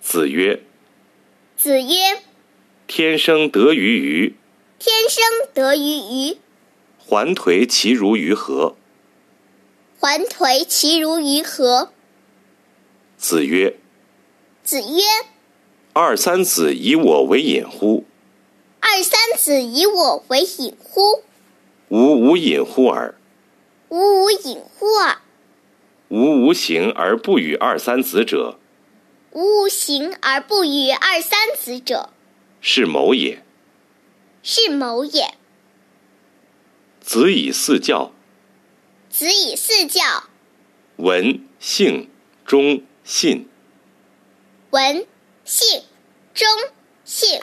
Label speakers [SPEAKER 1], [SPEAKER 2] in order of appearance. [SPEAKER 1] 子曰
[SPEAKER 2] 子曰：“
[SPEAKER 1] 天生得鱼鱼，：“
[SPEAKER 2] 天生得鱼鱼，
[SPEAKER 1] 还颓其如于河。
[SPEAKER 2] 还颓其如于河。”
[SPEAKER 1] 子曰”
[SPEAKER 2] 子曰：“
[SPEAKER 1] 二三子以我为隐乎？：“
[SPEAKER 2] 二三子以我为隐乎？
[SPEAKER 1] 吾无隐乎耳。
[SPEAKER 2] 吾无隐乎啊耳。
[SPEAKER 1] 吾无形而不与二三子者，
[SPEAKER 2] 吾无形而不与二三子者，
[SPEAKER 1] 是谋也。
[SPEAKER 2] 是谋也。
[SPEAKER 1] 子以四教：
[SPEAKER 2] 子以四教：
[SPEAKER 1] 文、性、忠、信。”
[SPEAKER 2] 文、信、忠、信。